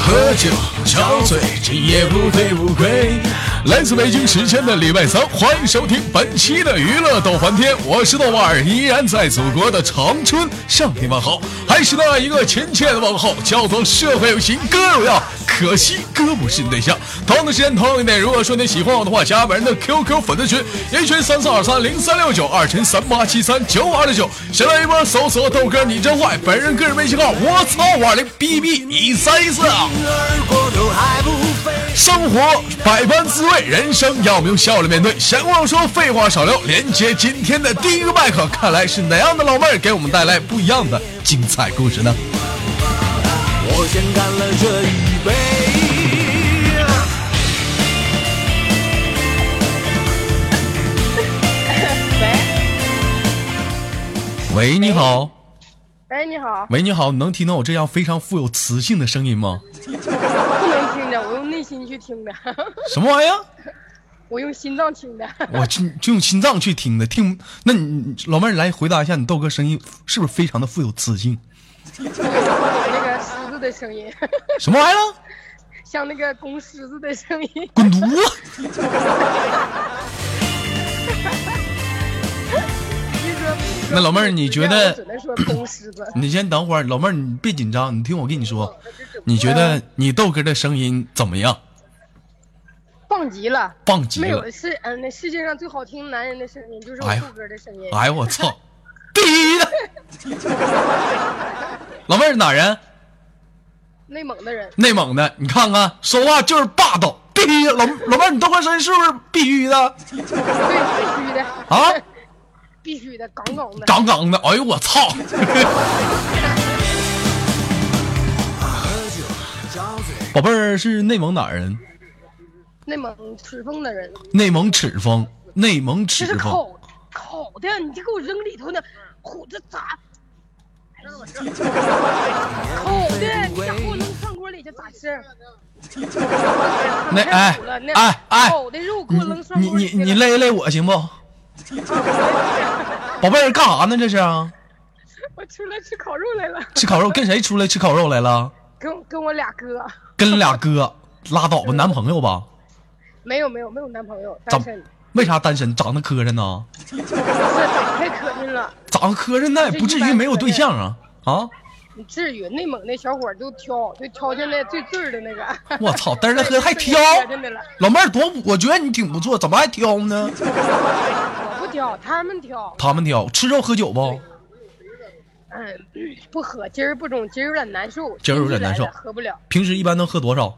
喝酒，小醉，今夜不醉不归。来自北京时间的礼拜三，欢迎收听本期的娱乐逗翻天，我是豆瓣儿，依然在祖国的长春向你问好，还是那一个亲切的问候，叫做社会有型哥有样，可惜哥不是你对象。同样的时间，同样的地点，如果说你喜欢我的话，加本人的 QQ 粉丝群，一群三四二三零三六九，二群三八七三九五二六九，新浪微博搜索豆哥你真坏，本人个人微信号我操五二零 bb 一三一四。生活百般滋味，人生要我们用笑来面对。闲话少说，废话少聊，连接今天的第一个麦克，看来是哪样的老妹儿给我们带来不一样的精彩故事呢？我先干了这一杯。喂，喂，你好，喂，哎你好，喂，你好，你能听到我这样非常富有磁性的声音吗？不能听的，我用内心去听的， 什么玩意儿？我用心脏听的，我就就用心脏去听的，听。那你老妹儿来回答一下，你豆哥声音是不是非常的富有磁性？我那个狮子的声音， 什么玩意儿？啊像那个公狮子的声音。滚犊子！ 你说那老妹儿你觉得嗯我只能说公狮子。你先等会儿，老妹儿，你别紧张，你听我跟你说，你觉得你豆哥的声音怎么样？棒极了，棒极没了有！是嗯、那世界上最好听男人的声音就是哎我呀豆哥的声音。哎呦我操，第一的。老妹儿哪人？内蒙的人，内蒙的，你看看，说话就是霸道，必须的。老老妹儿，你豆哥声音是不是必须的？对，必须的啊， 必须的，杠杠的。杠杠的，哎呦我操！啊宝贝儿是内蒙哪儿人？内蒙赤峰的人，内蒙赤峰，内蒙这赤峰。是烤烤的，你就给我扔里头呢，虎这咋？ 烤的，你咋给我扔饭锅里去？咋吃？那 哎苦了那哎哎烤的肉给你我扔饭你锅里你去了你勒一勒我行 不？宝贝儿干啥呢？这是啊我出来吃烤肉来了，吃烤肉，跟谁出来吃烤肉来了？跟跟我俩哥，跟俩哥，拉倒吧，男朋友吧？没有没有没有男朋友，怎单身，为啥单身？长得磕碜呢？这长太磕碜了，长得磕碜那也不至于没有对象啊啊！你至于？内蒙那小伙儿都挑，就挑去那最最儿的那个。我操，嘚儿那哥还挑，真的了，老妹儿多不，我觉得你挺不错，怎么还挑呢？我不挑，他们挑。他们挑，吃肉喝酒不？嗯，不喝，今儿不中，今儿有点难受，今儿有点难受天气来了喝不了。平时一般能喝多少？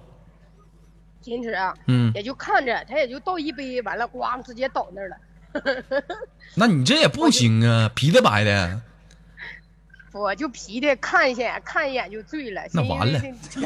坚持啊，嗯也就看着他也就倒一杯，完了 咣直接倒那儿了。那你这也不行啊，皮的白的，我就皮的看一眼，看一眼就醉了。那是因完为了这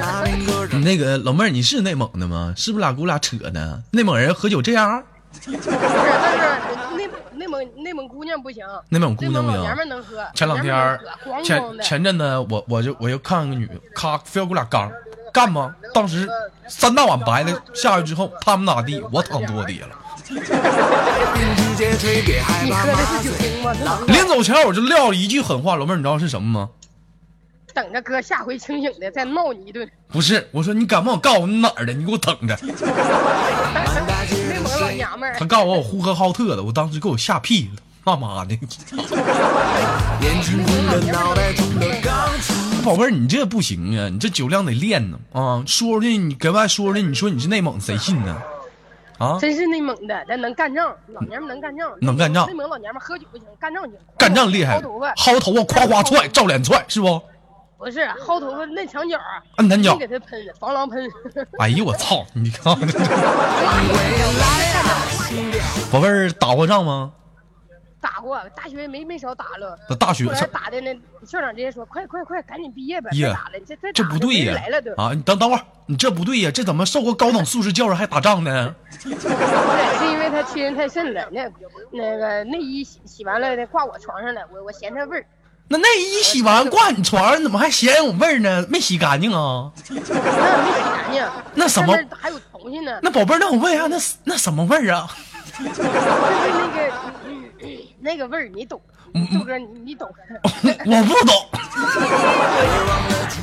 看着你那个老妹儿，你是内蒙的吗？是不是俩给我俩扯呢？内蒙人喝酒这样？不是，但是内蒙内蒙内蒙姑娘不行，内蒙姑内娘蒙不老娘们行。能喝，前两天儿老娘们能喝咣咣前的。前阵子我我就我又看个女，咔非要给我俩刚干吗？当时三大碗白的下去之后，他们咋地，我躺桌底下了。你喝的是酒精吗？这怎么临走前我就撂了一句狠话，老妹儿，你知道是什么吗？等着哥下回清醒的再闹你一顿。 不是，我说你敢不敢告诉我你哪儿的？你给我等着。内蒙老娘们儿他，告诉我我呼和浩特的，我当时给我吓屁了，他妈的！宝贝儿，你这不行啊，你这酒量得练呢啊！说出去你跟外说出去，你说你是内蒙，谁信呢？啊，真是内蒙的，但能干仗，老娘们能干仗，能干仗内蒙老娘们喝酒不行，干仗行。干仗厉害薅头发，，薅头发夸夸踹，照脸踹，是不？不是薅头发摁墙角儿，摁墙角真给他喷，防狼喷。哎呦我操！你 看，宝贝儿打过仗吗？打过，大学没没少打了。大学后来打的那校长直接说：“快快快，赶紧毕业吧，别呀打了，这这这不对呀来了都。”啊，你等等会儿，你这不对呀，这怎么受过高等素质教育还打仗呢？对，是因为他欺人太甚了。那那个内衣洗洗完了，挂我床上了，我我嫌他味儿。那内衣洗完挂你床上，怎么还嫌有味儿呢？没洗干净啊？那没洗干净，那什么上面还有东西呢？那宝贝儿，那我问一下，那那什么味儿啊？ 就是那个嗯嗯那个味儿，你懂，嗯哦豆哥你你懂。我不懂。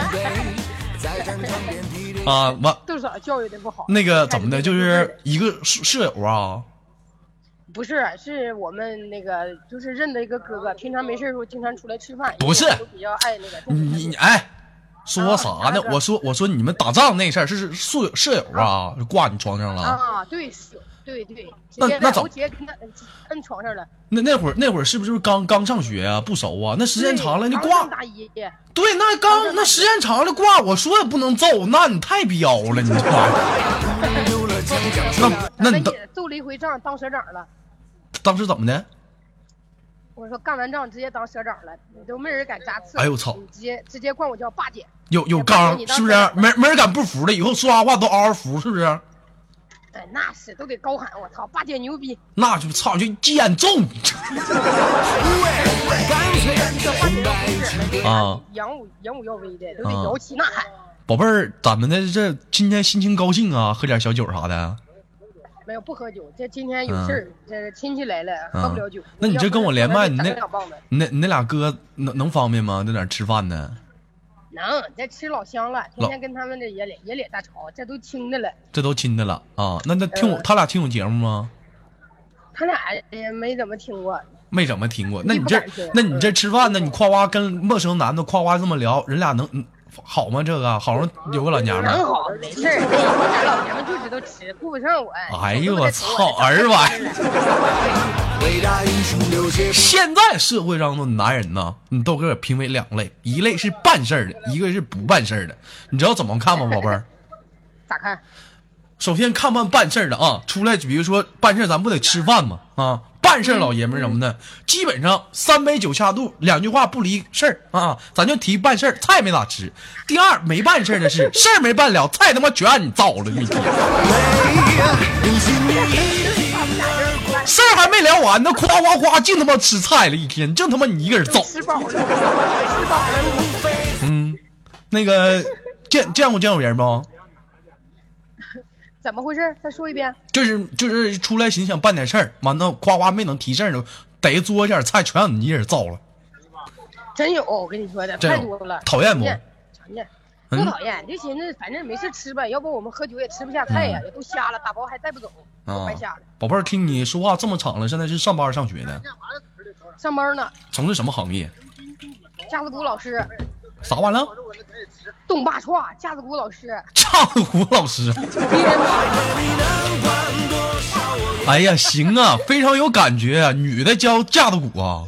啊，完多少教育的不好。那个怎么的，就是一个舍舍友啊，不是，是我们那个就是认得一个哥哥，平常没事儿的时候经常出来吃饭。不是因为我都比较爱那个。你你你哎，说啥呢啊？我说我说你们打仗那事儿是舍友舍友啊，挂你床上了。啊，对，是，对对。直那接那在怎我直接给他摁摁床上了。那那会儿那会儿是不是就是刚刚上学啊？不熟啊？那时间长了就对挂上。大一，对，那刚那时间长了挂，我说也不能揍，那你太彪了，你这玩意儿。那那咱你们当也揍了一回仗，当社长了。当时怎么的？我说干完仗直接当社长了，你都没人敢扎刺。哎呦我操你直接直接管我叫霸姐。有有我感觉刚你当是不是时？没没人敢不服的，以后说啥话都嗷嗷服，是不是？哎，那是都得高喊我操，霸姐牛逼！那就操就贱揍！叫霸姐都不是哎啊扬武扬武耀威的，都得啊摇旗呐喊。宝贝儿，咱们的这今天心情高兴啊，喝点小酒啥的。没有不喝酒，这今天有事儿，这亲戚来了，嗯喝不了酒。那你这跟我连麦，你那两棒子你那你那俩哥能能方便吗？在哪儿吃饭呢？能，这吃老香了，老天天跟他们这也脸也脸大吵，这都亲的了。这都亲的了啊。那那听我、呃他俩听我节目吗？他俩也没怎么听过，没怎么听过。那你不这敢听那你这吃饭呢？你夸夸跟陌生男的夸夸这么聊，人俩能嗯好吗？这个好像有个老娘们能儿。好没事儿。咱老娘们就知道吃，顾不上我。嗯哎呦都啊不我得操瞅，我儿玩！伟大英雄流血，现在社会上的男人呐，你都给我评为两类，一类是办事儿的，一个是不办事儿的。你知道怎么看吗，宝贝儿？咋看？首先看办办事儿的啊，出来比如说办事儿，咱不得吃饭吗？啊，办事儿老爷们儿什么嗯的，基本上三杯酒下肚，两句话不离事儿啊，咱就提办事儿，菜没咋吃。第二，没办事儿的是 事儿没办了，菜他妈全让你造了，你事儿还没聊完呢，夸夸夸，净他妈吃菜了一天，净他妈你一个人造。吃饱了，吃饱了。那个见见过见过人不？怎么回事？再说一遍。就是就是出来寻思想办点事儿，完了夸夸没能提事儿呢，逮桌下菜全让你一人造了。真有，我跟你说的真有太多了，讨厌不真的，嗯真的不讨厌，就寻思反正没事吃吧，要不我们喝酒也吃不下菜呀，嗯也都瞎了，打包还带不走，都啊白瞎了。，宝贝儿，听你说话这么敞亮，现在是上班儿上学呢？上班呢，从事什么行业？架子鼓老师，啥玩意儿？ 动霸歘，架子鼓老师，唱鼓老师。天呐，哎呀，行啊，非常有感觉啊，女的教架子鼓啊。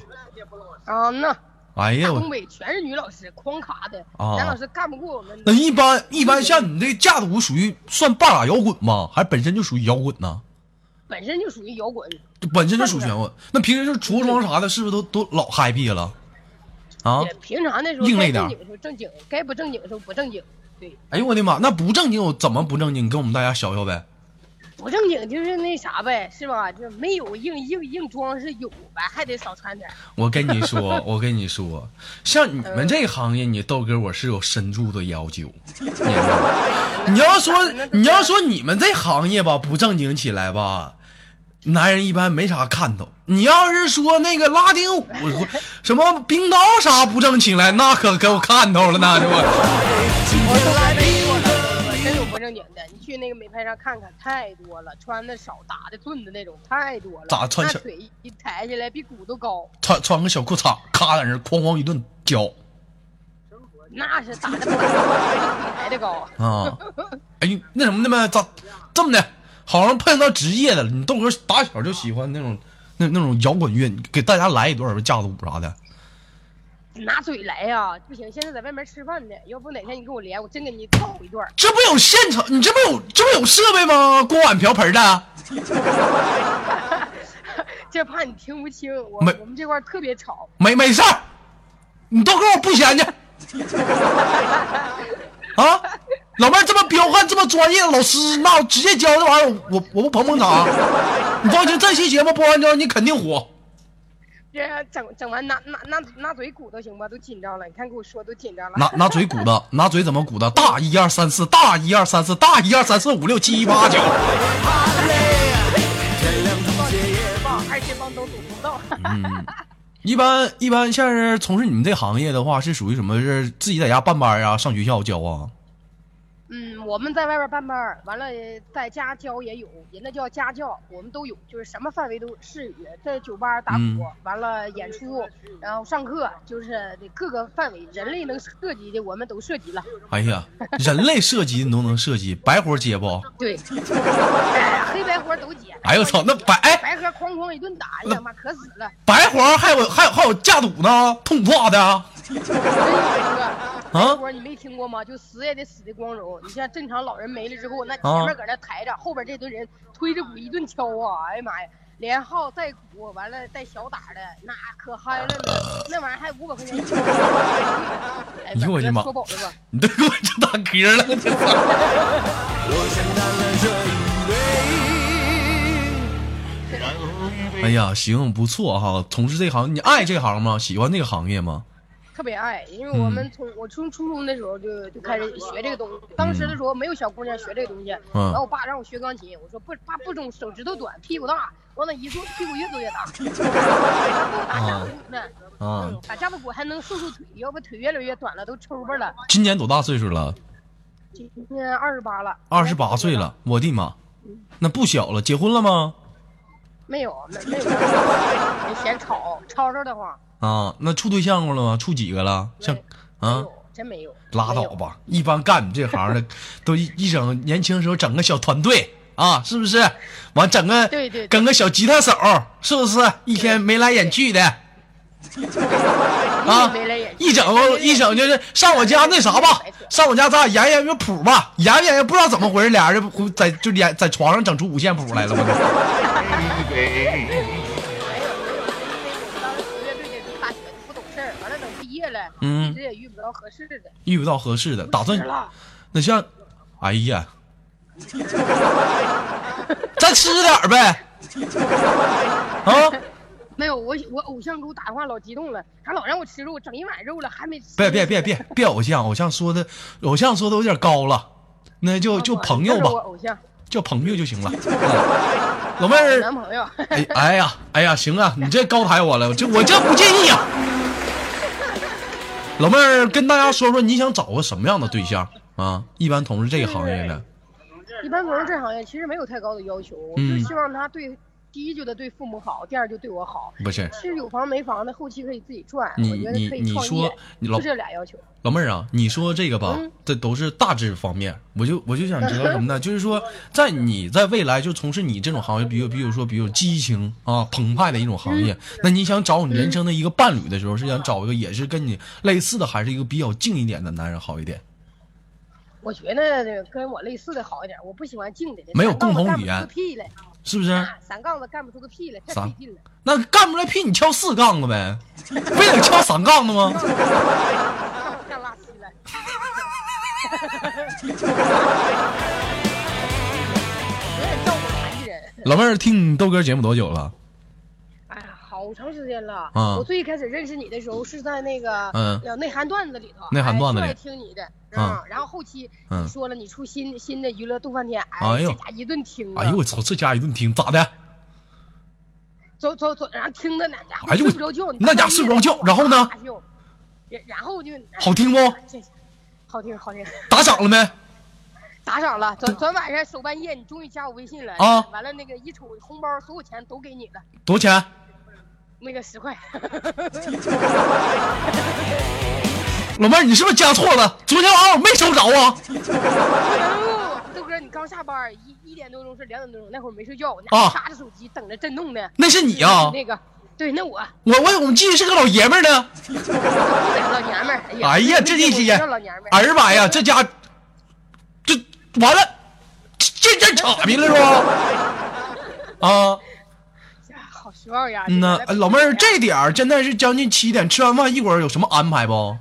啊那哎呀，东 我北全是女老师，哐咔的，啊男老师干不过我们。那一般一般像你这架子鼓属于算半拉摇滚吗？还本身就属于摇滚呢？本身就属于摇滚，就本身就属于摇滚。那平时就是着装啥的，是不是都都老 happy 了？啊？也平常的时候另类该点儿正经的时候正经，该不正经的时候不正经。对，哎呦我的妈，那不正经我怎么不正经？跟我们大家学学呗。不正经就是那啥呗，是吧？就没有硬硬硬装是有呗，还得少穿点儿。我跟你说，我跟你说，像你们这行业，你豆哥我是有深度的要求。你要说你要说你们这行业吧，不正经起来吧，男人一般没啥看头。你要是说那个拉丁舞、 什么冰刀啥不正经来，那可给我看头了，那就我真有不正经的，你去那个美拍上看看，太多了，穿的少，打的钝的那种太多了。咋穿那小腿一一抬起来比骨头高，穿穿个小裤衩，咔在那儿哐哐一顿教那是打的不打比腿抬的高。啊。 哎呦，那什么的呗，咋这么的？好像碰到职业的了。你豆哥打小就喜欢那种那那种摇滚乐，你给大家来一段架子鼓啥的。拿嘴来呀、不行，现在在外面吃饭呢，要不哪天你跟我连，我真给你套一段儿。这不有现场？你这不有这不有设备吗？锅碗瓢盆的。这怕你听不清，我没我们这块儿特别吵。没没事儿，你都给我不嫌弃。啊，老妹儿这么彪悍，这么专业的老师，那我直接教这玩意儿，我我不捧捧场。你放心，这期节目播完之后，你肯定火。这整整完拿拿拿拿嘴鼓捣行吧，都紧张了。你看给我说都紧张了。 拿拿嘴鼓的，拿嘴怎么鼓的？大一二三四，大一二三四，大一二三四五六七八九。棒，二这帮都懂不到。一般一般，像是从事你们这行业的话，是属于什么？是自己在家办班啊，上学校教啊？嗯，我们在外边办班儿，完了在家教也有，人那叫家教，我们都有，就是什么范围都有，市语，在酒吧打鼓，嗯完了演出，然后上课，就是各个范围，人类能涉及的我们都涉及了。哎呀，人类涉及你都能涉及，白活接不？对， 黑白活都接。哎呦我操，那白哎白活哐哐一顿打，哎呀妈，可死了！白活还有还有还有架赌呢，痛不痛的啊？ 真有一个白活，你没听过吗？就死也得死的光荣。你像正常老人没了之后，那前面搁那抬着，后边这堆人推着鼓一顿敲啊，哎呀妈呀！连号带鼓，完了带小打的，那可嗨了呢。那玩意儿还五百块钱一敲。哎哎呦我的妈说饱了吧？你都给我整打嗝了，我这操！我先干了这一杯，哎呀，行，不错哈，从事这行，你爱这行吗？喜欢这个行业吗？特别爱，因为我嗯们从、我从初中的时候就就开始学嗯这个东西。当时的时候没有小姑娘学这个东西，嗯然后我爸让我学钢琴，我说不，爸不中，手指头短，屁股大，往那一坐，屁股越坐越 大。打架子鼓呢，啊嗯，打架子鼓还能瘦瘦腿，要不腿越来越短了，都抽巴了。今年多大岁数了？今年二十八了，二十八岁了，我的妈，那不小了，结婚了吗？没有，没没有， 没嫌吵，吵吵的慌。啊，那处对象过了吗？处几个了？像没啊有，，真没有，拉没倒有。吧！一般干你这行 的，都一一整年轻时候整个小团队啊，是不是？完整个对对对整个小吉他手，是不是？一天眉来眼去的啊嗯没来眼，去一整一整就是上我家那啥吧白扯，上我家咱俩研研个谱吧，研研研不知道怎么回事，俩人就在就俩在床上整出五线谱来了吧？当时乐队的大学不懂事儿，完了等毕业了，嗯一直也遇不着合适的，遇不到合适的，打算是了。那像，哎呀，再吃点儿呗，啊，没有，我我偶像给我打电话老激动了，他老让我吃肉，整一碗肉了还没吃。别别别别别偶像，偶像说的偶像说的有点高了，那就就朋友这哦是我吧，偶像，叫朋友就行了。嗯老妹 儿男，朋友。哎哎呀哎呀，行啊，你这高抬我了，这我这不介意啊。老妹儿跟大家说说你想找个什么样的对象啊？一般从事这个行业的，一般从事这行业其实没有太高的要求，我嗯就希望他对，第一就得对父母好，第二就对我好。不是其实有房没房的，后期可以自己赚，你我觉你得可以你创说业，你老就这俩要求。老妹儿啊，你说这个吧，嗯这都是大致方面，我就我就想知道什么呢？ 就是说，在你在未来就从事你这种行业，比如比如说比如激情啊澎湃的一种行嗯业，那你想找你人生的一个伴侣的时候，是想找一个也是跟你类似的，还是一个比较静一点的男人好一点？我觉得跟我类似的好一点，我不喜欢静的。没有散杠子共同语干不出言个屁来，是不是？啊散杠子干不出个屁来，太散费劲了。那干不来屁，你敲四杠子呗，非得敲三杠子吗？干垃圾 了。有点照顾残疾人。老妹儿听你豆哥节目多久了？哎呀，好长时间了。啊我最一开始认识你的时候是在那个嗯呃内涵段子里头，内涵段子里哎就爱听你的。啊嗯，然后后期嗯你说了你出新新的娱乐逗翻天，哎呦这家一顿听啊，哎呦我操，这家一顿听咋的？走走走，然后听的那家伙哎呦睡不着觉，那家睡不着觉然后呢？然然后就哎好听不？这好听好听。打赏了没？打赏了，昨昨晚上守半夜，你终于加我微信了啊完了，那个一瞅红包，所有钱都给你了，多少钱？那个十块， 老妹儿，你是不是加错了？昨天晚上我没收着啊！豆哥，你刚下班，一一点多钟是两点多钟，那会儿没睡觉，啊拿拿着手机等着震动呢。那是你啊！那个，对，那我我我我们记得是个老爷们儿呢。不得老娘们儿。哎呀，这一天天，老娘们，哎呀妈呀，这家这完了，这这扯皮了是吧？啊，哎呀好失望呀！嗯呐，这个哎老妹儿，这点儿现在是将近七点，吃完饭一会儿有什么安排不？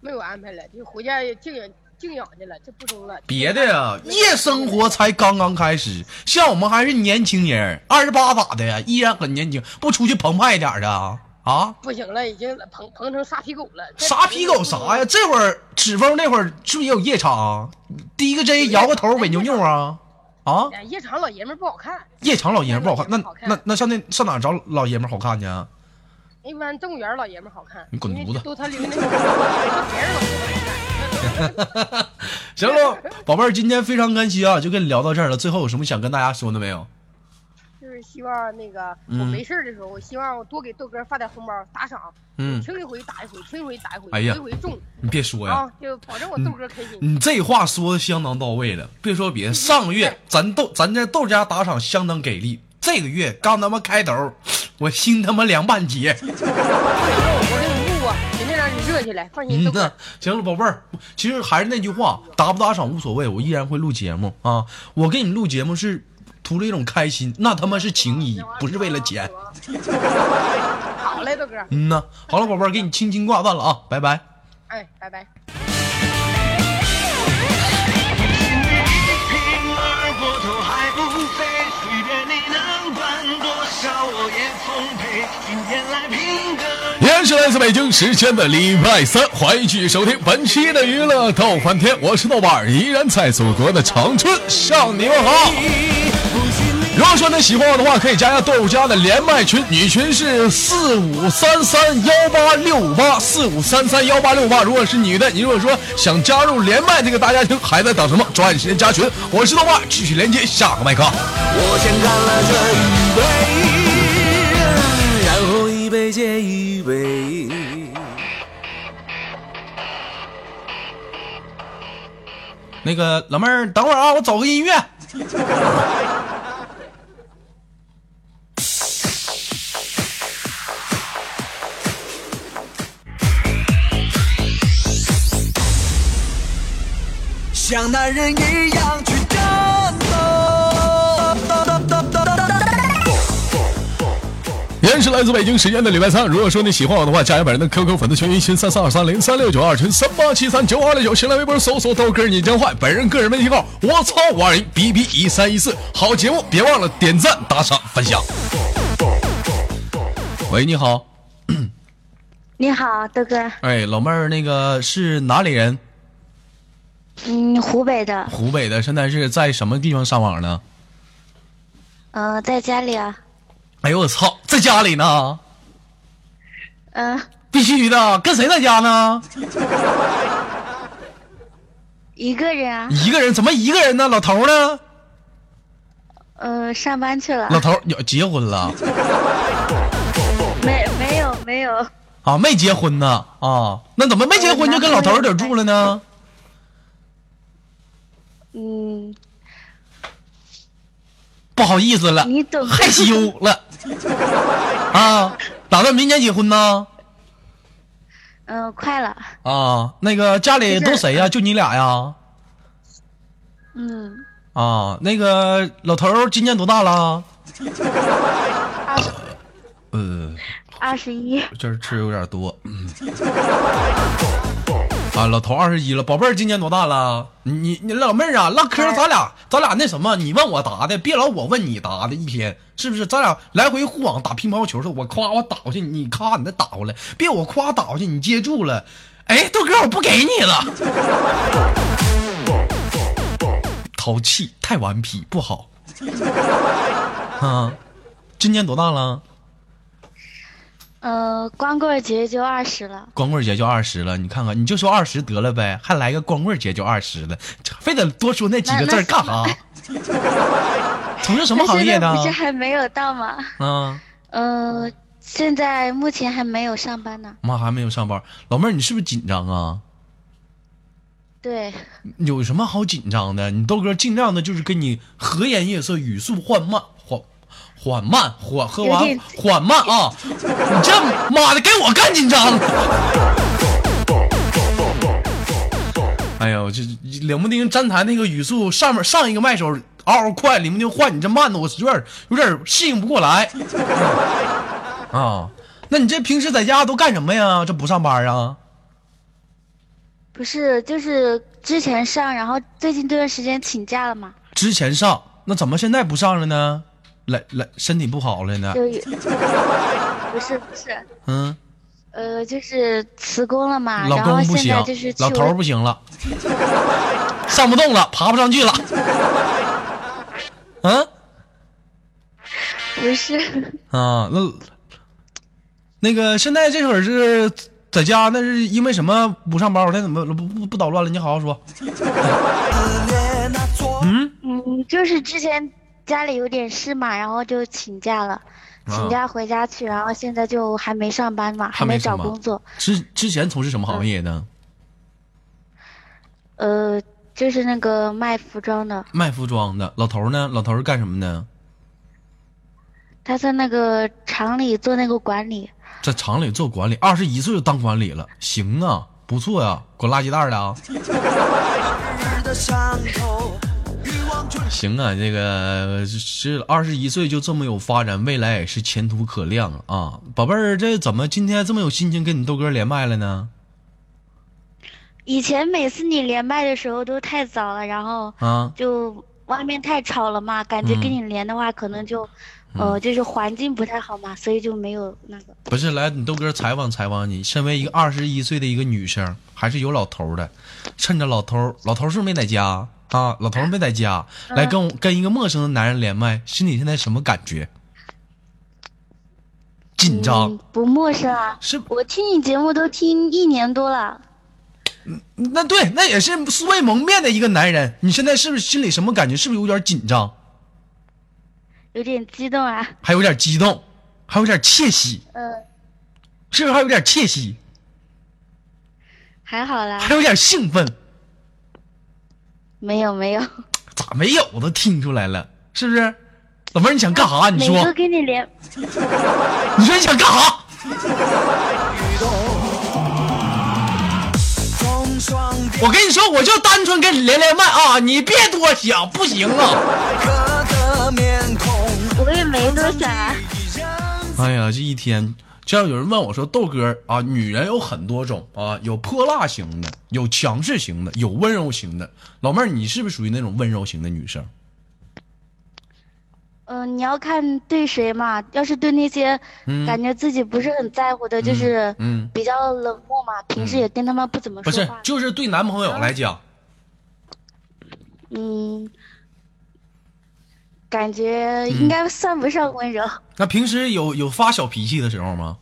没有安排了，就回家静养静养去了，这不中了。别的呀，夜生活才刚刚开始，像我们还是年轻人，二十八咋的呀，依然很年轻，不出去澎湃一点儿的啊啊？不行了，已经捧捧成沙皮狗了。啥皮狗啥呀？？哎这会儿齿峰那会儿是不是也有夜场？第一个 J 摇个头，伪牛牛啊啊！哎夜场老爷们儿不好看，夜场老爷们不好看，那好看那那上那上哪找老爷们好看去啊？一般动物园老爷们儿好看，你滚犊子因为都他领那个别人老爷们儿好看，行喽，宝贝儿，今天非常感谢啊，就跟你聊到这儿了。最后有什么想跟大家说的没有？就是希望那个我没事儿的时候，我希望我多给豆哥发点红包打赏，嗯，哦听一回打一回，听一回打一回，哎呀嗯回回中你别说呀，啊，就保证我豆哥开心。你这话说的相当到位了。别说别的，上个月咱豆咱这豆家打赏相当给力，这个月刚他妈开头，我心他妈凉半截。我给你录啊，尽量让你热起来，放心，嗯豆呐哥。，行了，宝贝儿，其实还是那句话，打不打赏无所谓，我依然会录节目啊。我给你录节目是图了一种开心，那他妈是情谊，不是为了钱。好嘞，豆哥，嗯呐，好了，宝贝儿，给你轻轻挂断了啊，拜拜。哎，拜拜。拼二锅头还不菲，随便你能灌多少，我也奉陪。今天来拼个。依然是来自北京时间的礼拜三，欢迎继续收听本期的娱乐逗翻天，我是豆瓣儿，依然在祖国的长春向你们好。如果说您喜欢我的话，可以加一下豆家的连麦群，女群是四五三三幺八六五八四五三三幺八六八。如果是女的，你如果说想加入连麦这个大家庭，还在等什么？抓紧时间加群。我是豆瓣儿，继续连接下个麦克。我先干了这一杯，然后一杯接一杯。那个老妹儿，等会儿啊，我找个音乐。像男人一样去战斗。依然是来自北京时间的礼拜三。如果说你喜欢我的话，加一下本人的 QQ 粉丝群一群三三二三零三六九二群三八七三九二六九，新浪微博搜索豆哥你真坏，本人个人微信号我操五二零 B B 一三一四。好节目别忘了点赞、打赏、分享。喂，你好，你好，豆哥，哎，老妹儿，那个是哪里人？嗯，湖北的，湖北的，现在是在什么地方上网呢？呃，在家里啊，哎呦我操，在家里呢，嗯、必须的，跟谁在家呢？一个人啊，一个人？怎么一个人呢？老头儿呢？呃，上班去了，老头儿要结婚了。没没有没有，啊，没结婚呢啊，那怎么没结婚就跟老头儿一起住了呢？嗯，不好意思了，你懂害羞了啊，打算明年结婚呢？嗯、快了，啊，那个家里都谁呀、就你俩呀？嗯，啊，那个老头儿今年多大了？呃，二十一，这儿吃有点多。嗯、 啊，老头二十一了，宝贝儿今年多大了？你你老妹儿啊，唠嗑儿咱俩咱俩那什么，你问我答的，别老我问你答的，一天是不是？咱俩来回互往打乒乓球似的，我夸我倒去，你咔你再打回来，别我夸倒去，你接住了。哎，豆哥，我不给你了。淘气，太顽皮，不好。 啊，今年多大了？呃，光棍节就二十了，光棍节就二十了，你看看，你就说二十得了呗，还来个光棍节就二十了，这非得多说那几个字儿干 啥？从事什么那行业现在的不？是还没有到吗？啊，呃，现在目前还没有上班呢，妈还没有上班，老妹儿你是不是紧张啊？对，有什么好紧张的？你豆哥尽量的就是跟你和颜悦色，语速缓慢，缓缓慢，缓喝有完点缓慢啊！你这妈的给我干紧张了！哎呦，这冷不丁站台那个语速上面上一个麦手嗷嗷快，冷不丁换你这慢的，我有点有点适应不过来啊。那你这平时在家都干什么呀？这不上班啊？不是，就是之前上，然后最近这段时间请假了嘛，之前上，那怎么现在不上了呢？来来，身体不好了呢？就有， 不是不是，嗯，呃，就是辞工了嘛，老啊然后公不现行在就是，去老头我儿不行了，上不动了，爬不上去了。嗯不是，啊，那那个现在这会儿是在家那是因为什么不上班？我那怎么不不不捣乱了？你好好说。嗯，嗯，就是之前家里有点事嘛，然后就请假了，请假回家去，然后现在就还没上班嘛，啊还还没没找上班工作，之之前从事什么行业呢？呃，就是那个卖服装的，卖服装的。老头儿呢？老头儿干什么呢？他在那个厂里做那个管理，在厂里做管理，二十一岁就当管理了，行啊，不错呀、滚垃圾袋儿的啊。行啊，这个是二十一岁就这么有发展，未来也是前途可亮啊！宝贝儿，这怎么今天这么有心情跟你豆哥连麦了呢？以前每次你连麦的时候都太早了，然后啊，就外面太吵了嘛，感觉嗯跟你连的话可能就，呃，就是环境不太好嘛，所以就没有那个。不是，来你豆哥采访采访你，身为一个二十一岁的一个女生，还是有老头儿的，趁着老头儿，老头儿是不是没在家啊？老头儿没在家，来跟我跟一个陌生的男人连麦，心里现在什么感觉？紧张。嗯，不陌生啊。是我听你节目都听一年多了，那对，那也是素未谋面的一个男人，你现在是不是心里什么感觉？是不是有点紧张，有点激动啊。还有点激动，还有点窃喜，嗯，是不是还有点窃喜，还好啦，还有点兴奋？没有没有。咋没有？我都听出来了，是不是？老妹儿，你想干啥？你每说，次跟你连，你说你想干啥？我跟你说，我就单纯跟你连连麦啊，你别多想，不行啊！我也没多想啊。哎呀，这一天，这要有人问我说，豆哥啊，女人有很多种啊，有泼辣型的，有强势型的，有温柔型的。老妹儿，你是不是属于那种温柔型的女生？嗯、你要看对谁嘛。要是对那些感觉自己不是很在乎的，就是嗯比较冷漠嘛，平时也跟他们不怎么不说是话，。就是对男朋友来讲，嗯，感觉应该算不上温柔，那平时有有发小脾气的时候吗？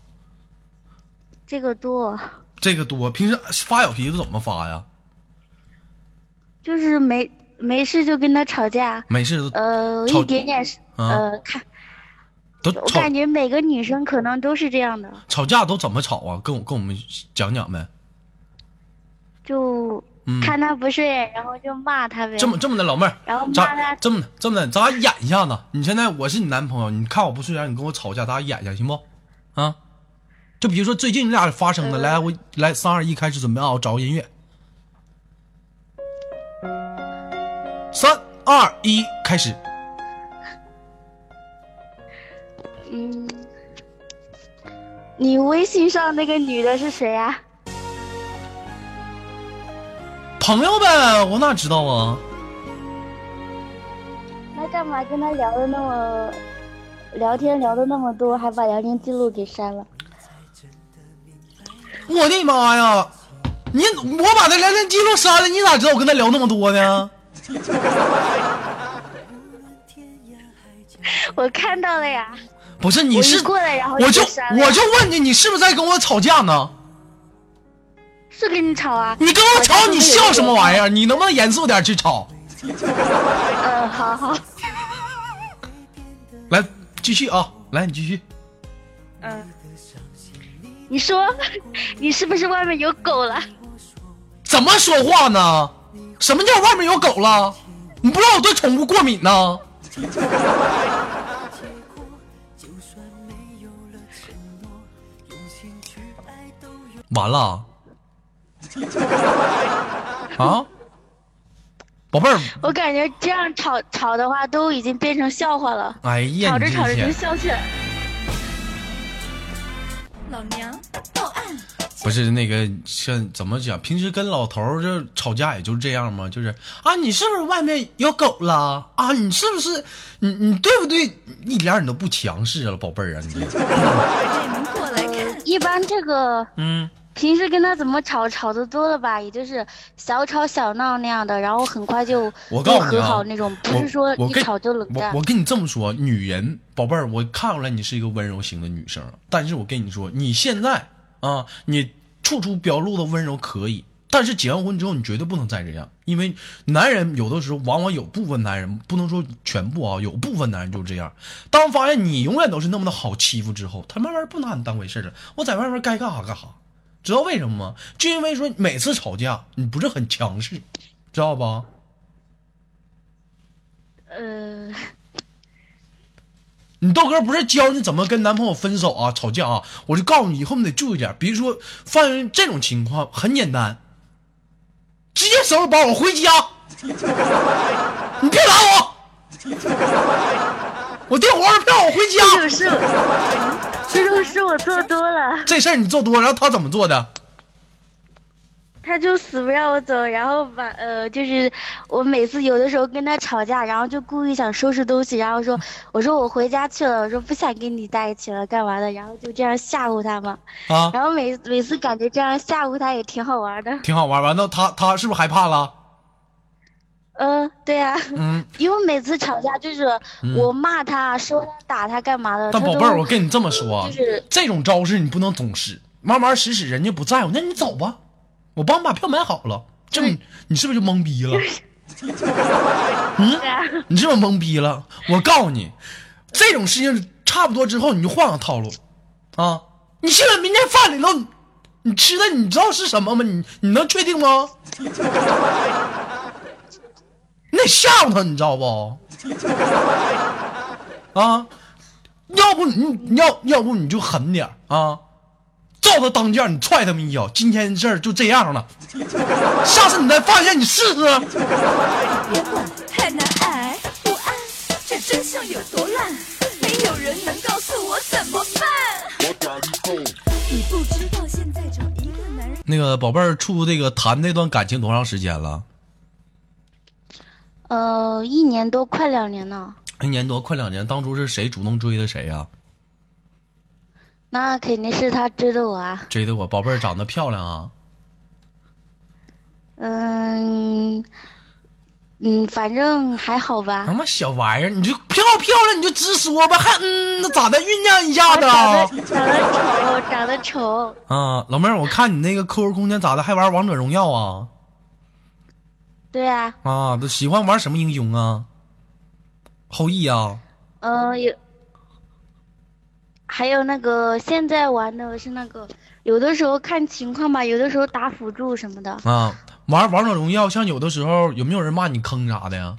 这个多这个多，平时发小脾气都怎么发呀？就是没没事就跟他吵架，没事都呃，吵一点点事，啊呃，看都我吵感觉每个女生可能都是这样的，吵架都怎么吵啊？跟我跟我们讲讲呗。就嗯看他不顺眼，然后就骂他呗。这么这么的，老妹儿，然后骂咱他这么的这么的，咱俩演一下子。你现在我是你男朋友，你看我不顺眼，你跟我吵架，咱俩演一下行不？啊，就比如说最近你俩发生的，嗯来我来三二一开始准备啊，我找个音乐。三二一，开始。嗯，你微信上那个女的是谁啊？朋友呗，我哪知道啊？那干嘛跟他聊的那么聊天聊的那么多，还把聊天记录给删了？ 我的妈呀！你我把他聊天记录删了，你咋知道我跟他聊那么多呢？我看到了呀，不是我你是一过来然后我就就删了我就问你，你是不是在跟我吵架呢？是跟你吵啊？ 你跟我好吵，像你是有笑一什么点玩意儿？你能不能严肃点去吵？嗯，好好，来，继续啊，来你继续。嗯。你说，你是不是外面有狗了？ 怎么说话呢？什么叫外面有狗了？你不知道我对宠物过敏呢？ 完了。啊，宝贝儿，我感觉这样吵吵的话，都已经变成笑话了。哎呀，吵你着这吵着就天笑起来了。老娘报案，不是那个像怎么讲？平时跟老头儿就吵架也就是这样嘛，就是啊，你是不是外面有狗了啊？你是不是你你对不对？一点儿你都不强势了，宝贝儿啊，你这你们过来看。一般这个嗯，平时跟他怎么吵，吵得多了吧，也就是小吵小闹那样的，然后很快就 我告诉又你和啊，好那种，不我是说我一跟吵就冷战我我。跟你这么说，女人宝贝儿，我看出来你是一个温柔型的女生，但是我跟你说，你现在啊，你。处处表露的温柔可以，但是结完婚之后你绝对不能再这样，因为男人有的时候往往有部分男人不能说全部啊，有部分男人就是这样。当发现你永远都是那么的好欺负之后，他慢慢不拿你当回事了，我在外面该干啥干啥，知道为什么吗？就因为说每次吵架你不是很强势，知道吧？呃，你豆哥不是教你怎么跟男朋友分手啊、吵架啊，我就告诉你以后你得注意点，比如说发生这种情况很简单，直接收拾包我回家， 你别打我，我订火车票我回这家。种事我，这种事我做多了，这事儿你做多了，然后他怎么做的？他就死不让我走，然后把呃，就是我每次有的时候跟他吵架，然后就故意想收拾东西，然后说我说我回家去了，我说不想跟你在一起了，干嘛的，然后就这样吓唬他嘛，啊， 然后每每次感觉这样吓唬他也挺好玩的， 挺好玩。完了，他他是不是害怕了？嗯、对呀、嗯， 因为每次吵架就是我骂他、说他、打他干嘛的，但呃嗯他宝贝都儿，我跟你这么说啊，就是这种招式你不能总使，慢慢使使人家不在乎，那你走吧，我帮你把票买好了。这你你是不是就懵逼了？啊嗯，你是不是懵逼了？我告诉你，这种事情差不多之后，你就换个套路啊！你现在明天饭里头，你你吃的你知道是什么吗？你你能确定吗？ 你得吓唬他，你知道不？ 啊，要不你你要要不你就狠点儿啊，照他当间儿你踹他们一脚，今天事儿就这样了， 下次你再犯下你试啊试。别管太难挨，不安，这真相有多烂，没有人能告诉我怎么办。你不知道现在找一个男人，那个宝贝儿处这个谈这段感情多长时间了？ 呃一年多快两年了，一年多，快两年。当初是谁主动追的谁啊呀、那肯定是他追的我啊，追的我宝贝儿长得漂亮啊，嗯嗯，反正还好吧。他妈小玩意儿，你就漂漂亮你就直说吧，还嗯那咋的酝酿一下我子长啊？得长得丑，长得丑，啊，老妹儿，我看你那个 QQ 空间咋的还玩王者荣耀啊？对啊，啊，都喜欢玩什么英雄啊？后羿啊？嗯有，还有那个现在玩的是那个，有的时候看情况吧，有的时候打辅助什么的，啊，玩王者荣耀，像有的时候有没有人骂你坑啥的呀？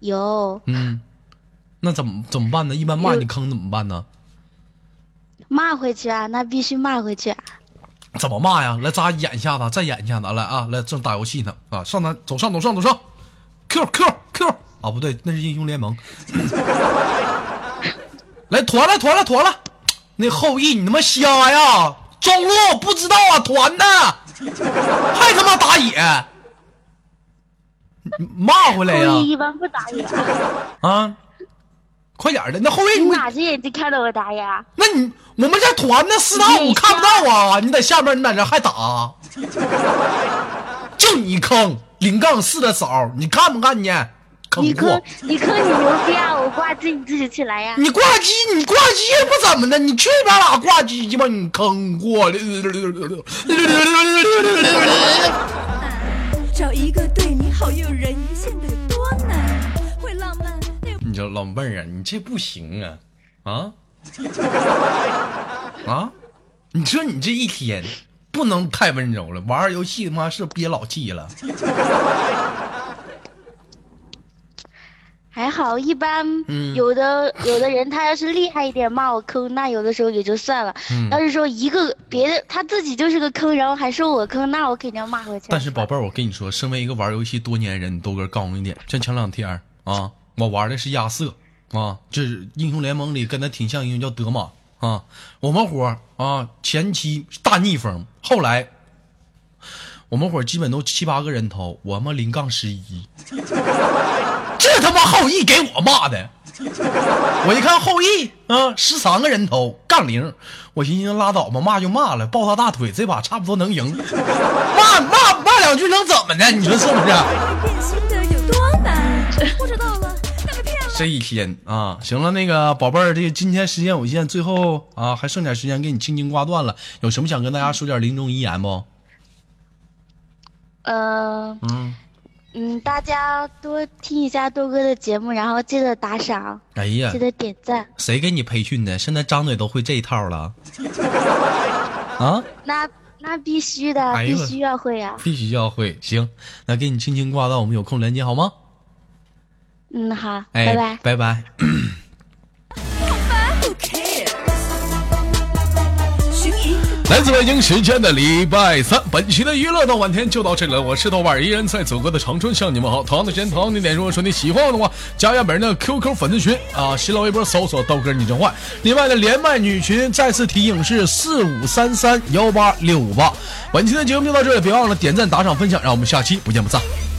有嗯，那怎么怎么办呢？一般骂你坑怎么办呢？骂回去啊，那必须骂回去啊。怎么骂呀？来，咱演一下子，再演一下子，来啊，来，正打游戏呢啊，上单走上走上走上，Q Q Q 啊，不对，那是英雄联盟。来团了团了团了，那后羿你他妈瞎呀？中路我不知道啊，团的，还他妈打野，你骂回来呀、后羿一般 不打野啊，啊，快点儿的，那后卫你你，哪只眼睛看到我打野啊？那你我们这团呢，四打五看不到啊，你在下面，你在这还打啊，就你坑零杠四的嫂，你看不看见？坑你货坑，你坑你牛逼啊！我挂机你自己去来呀、你挂机，你挂机也不怎么的，你去边哪挂机去吧，你坑货！找一个对你好又人一现得有多难？会浪漫，但又你这老妹儿啊，你这不行啊，啊啊！你说你这一天不能太温柔了，玩儿游戏他妈是憋老气了。还好，一般嗯有的、有的人他要是厉害一点骂我坑，那有的时候也就算了。嗯要是说一个别的他自己就是个坑，然后还说我坑，那我肯定要骂回去。但是宝贝儿，我跟你说，身为一个玩游戏多年的人，你豆哥告诉你一点，像前两天儿啊，我玩的是亚瑟啊，这是英雄联盟里跟他挺像，英雄叫德玛啊。我们伙儿啊，前期是大逆风，后来我们伙儿基本都七八个人头，我他妈零杠十一， 这他妈后羿给我骂的。我一看后羿啊，十三个人头杠零，我寻思拉倒吧，骂就骂了，抱他大腿，这把差不多能赢。骂骂骂两句能怎么的？你说是不是？会变心的有多难？我找到了那个骗了这一天啊，行了，那个宝贝儿，这个今天时间有限，最后啊还剩点时间给你轻轻挂断了，有什么想跟大家说点临终遗言不？呃，嗯，嗯，大家多听一下豆哥的节目，然后记得打赏，哎呀记，得点赞。谁给你培训的？现在张嘴都会这一套了，啊，那那必须的，哎呦必须要会啊呀、必须要会。行，那给你轻轻挂断，我们有空连接好吗？嗯，好，哎，拜拜。拜拜。 Who cares？寻一个来自北京时间的礼拜三，本期的娱乐到晚天就到这里了。我是豆瓣儿，依然在祖国的长春向你们好。同样的时间，同样的地点，如果说你喜欢我的话，加一下本人的 QQ 粉丝群啊，新浪微博搜索“豆哥你真坏”。另外呢，连麦女群再次提醒是四五三三幺八六五八。本期的节目就到这里，别忘了点赞、打赏、分享，让我们下期不见不散。人